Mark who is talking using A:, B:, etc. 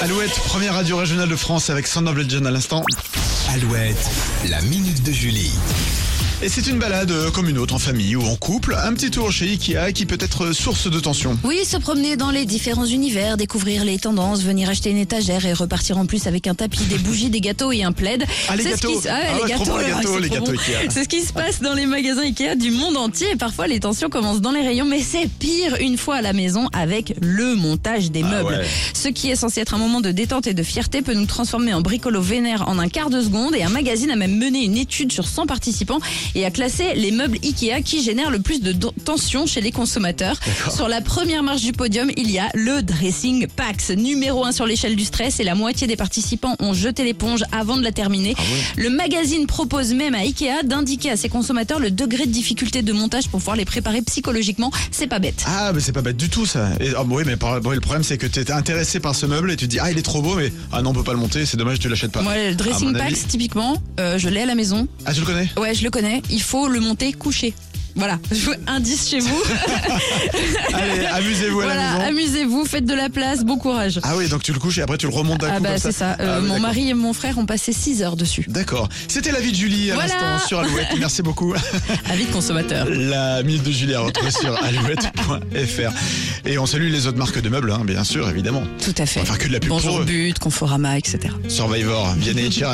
A: Alouette, première radio régionale de France avec Noble John à l'instant.
B: Alouette, la minute de Julie.
A: Et c'est une balade euh, comme une autre en famille ou en couple. Un petit tour chez Ikea qui peut être euh, source de tension.
C: Oui, se promener dans les différents univers, découvrir les tendances, venir acheter une étagère et repartir en plus avec un tapis, des bougies, des gâteaux et un plaid.
A: Ah, les
C: C'est ce
A: gâteaux.
C: qui se- Ah,
A: Ah
C: les
A: ouais, trop
C: gâteaux,
A: bon, les
C: ouais,
A: gâteaux,
C: c'est
A: les
C: trop
A: gâteaux
C: bon.
A: Ikea.
C: C'est ce qui se passe dans les magasins Ikea du monde entier et parfois les tensions commencent dans les rayons, mais c'est pire une fois à la maison avec le montage des
A: Ah
C: meubles.
A: ouais.
C: Ce qui est censé être un moment de détente et de fierté peut nous transformer en bricolo vénère en un quart de seconde et un magazine a même mené une étude sur 100 participants et a classé les meubles Ikea qui génèrent le plus de do- tension chez les consommateurs. Sur la première marche du podium, il y a le dressing Pax, numéro 1 sur l'échelle du stress et la moitié des participants ont jeté l'éponge avant de la
A: Ah
C: terminer. Le magazine propose même à Ikea d'indiquer à ses consommateurs le degré de difficulté de montage pour pouvoir les préparer psychologiquement. C'est pas bête.
A: Ah, mais c'est pas bête du tout ça. Et, ah, oui, mais par- bon, le problème c'est que t'es intéressé par ce meuble et tu te dis ah il est trop beau, mais ah non on peut pas le monter, c'est dommage tu l'achètes pas.
C: Moi, le
A: À
C: dressing
A: mon avis-
C: Pax, typiquement, euh, je l'ai à la maison.
A: Ah tu le connais
C: Ouais, je le connais. Il faut le monter couché. Voilà, je veux indice chez vous.
A: Allez, amusez-vous à la
C: voilà,
A: maison.
C: amusez-vous, faites de la place, bon courage.
A: Ah oui, donc tu le couches et après tu le remontes d'un
C: Ah
A: coup
C: bah
A: comme
C: c'est ça, Euh,
A: Ah oui,
C: mon
A: d'accord.
C: mari et mon frère ont passé 6 heures dessus.
A: D'accord. C'était la vie de Julie à
C: Voilà.
A: l'instant sur Alouette. Merci beaucoup.
C: Avis de consommateur.
A: La minute de Julie à retrouver sur alouette.fr. Et on salue les autres marques de meubles, hein, bien sûr, évidemment.
C: Tout à fait.
A: On va faire que de la pub pour
C: Bonjour
A: eux.
C: But, Conforama, etc.
A: Survivor, Vianney et Sharon.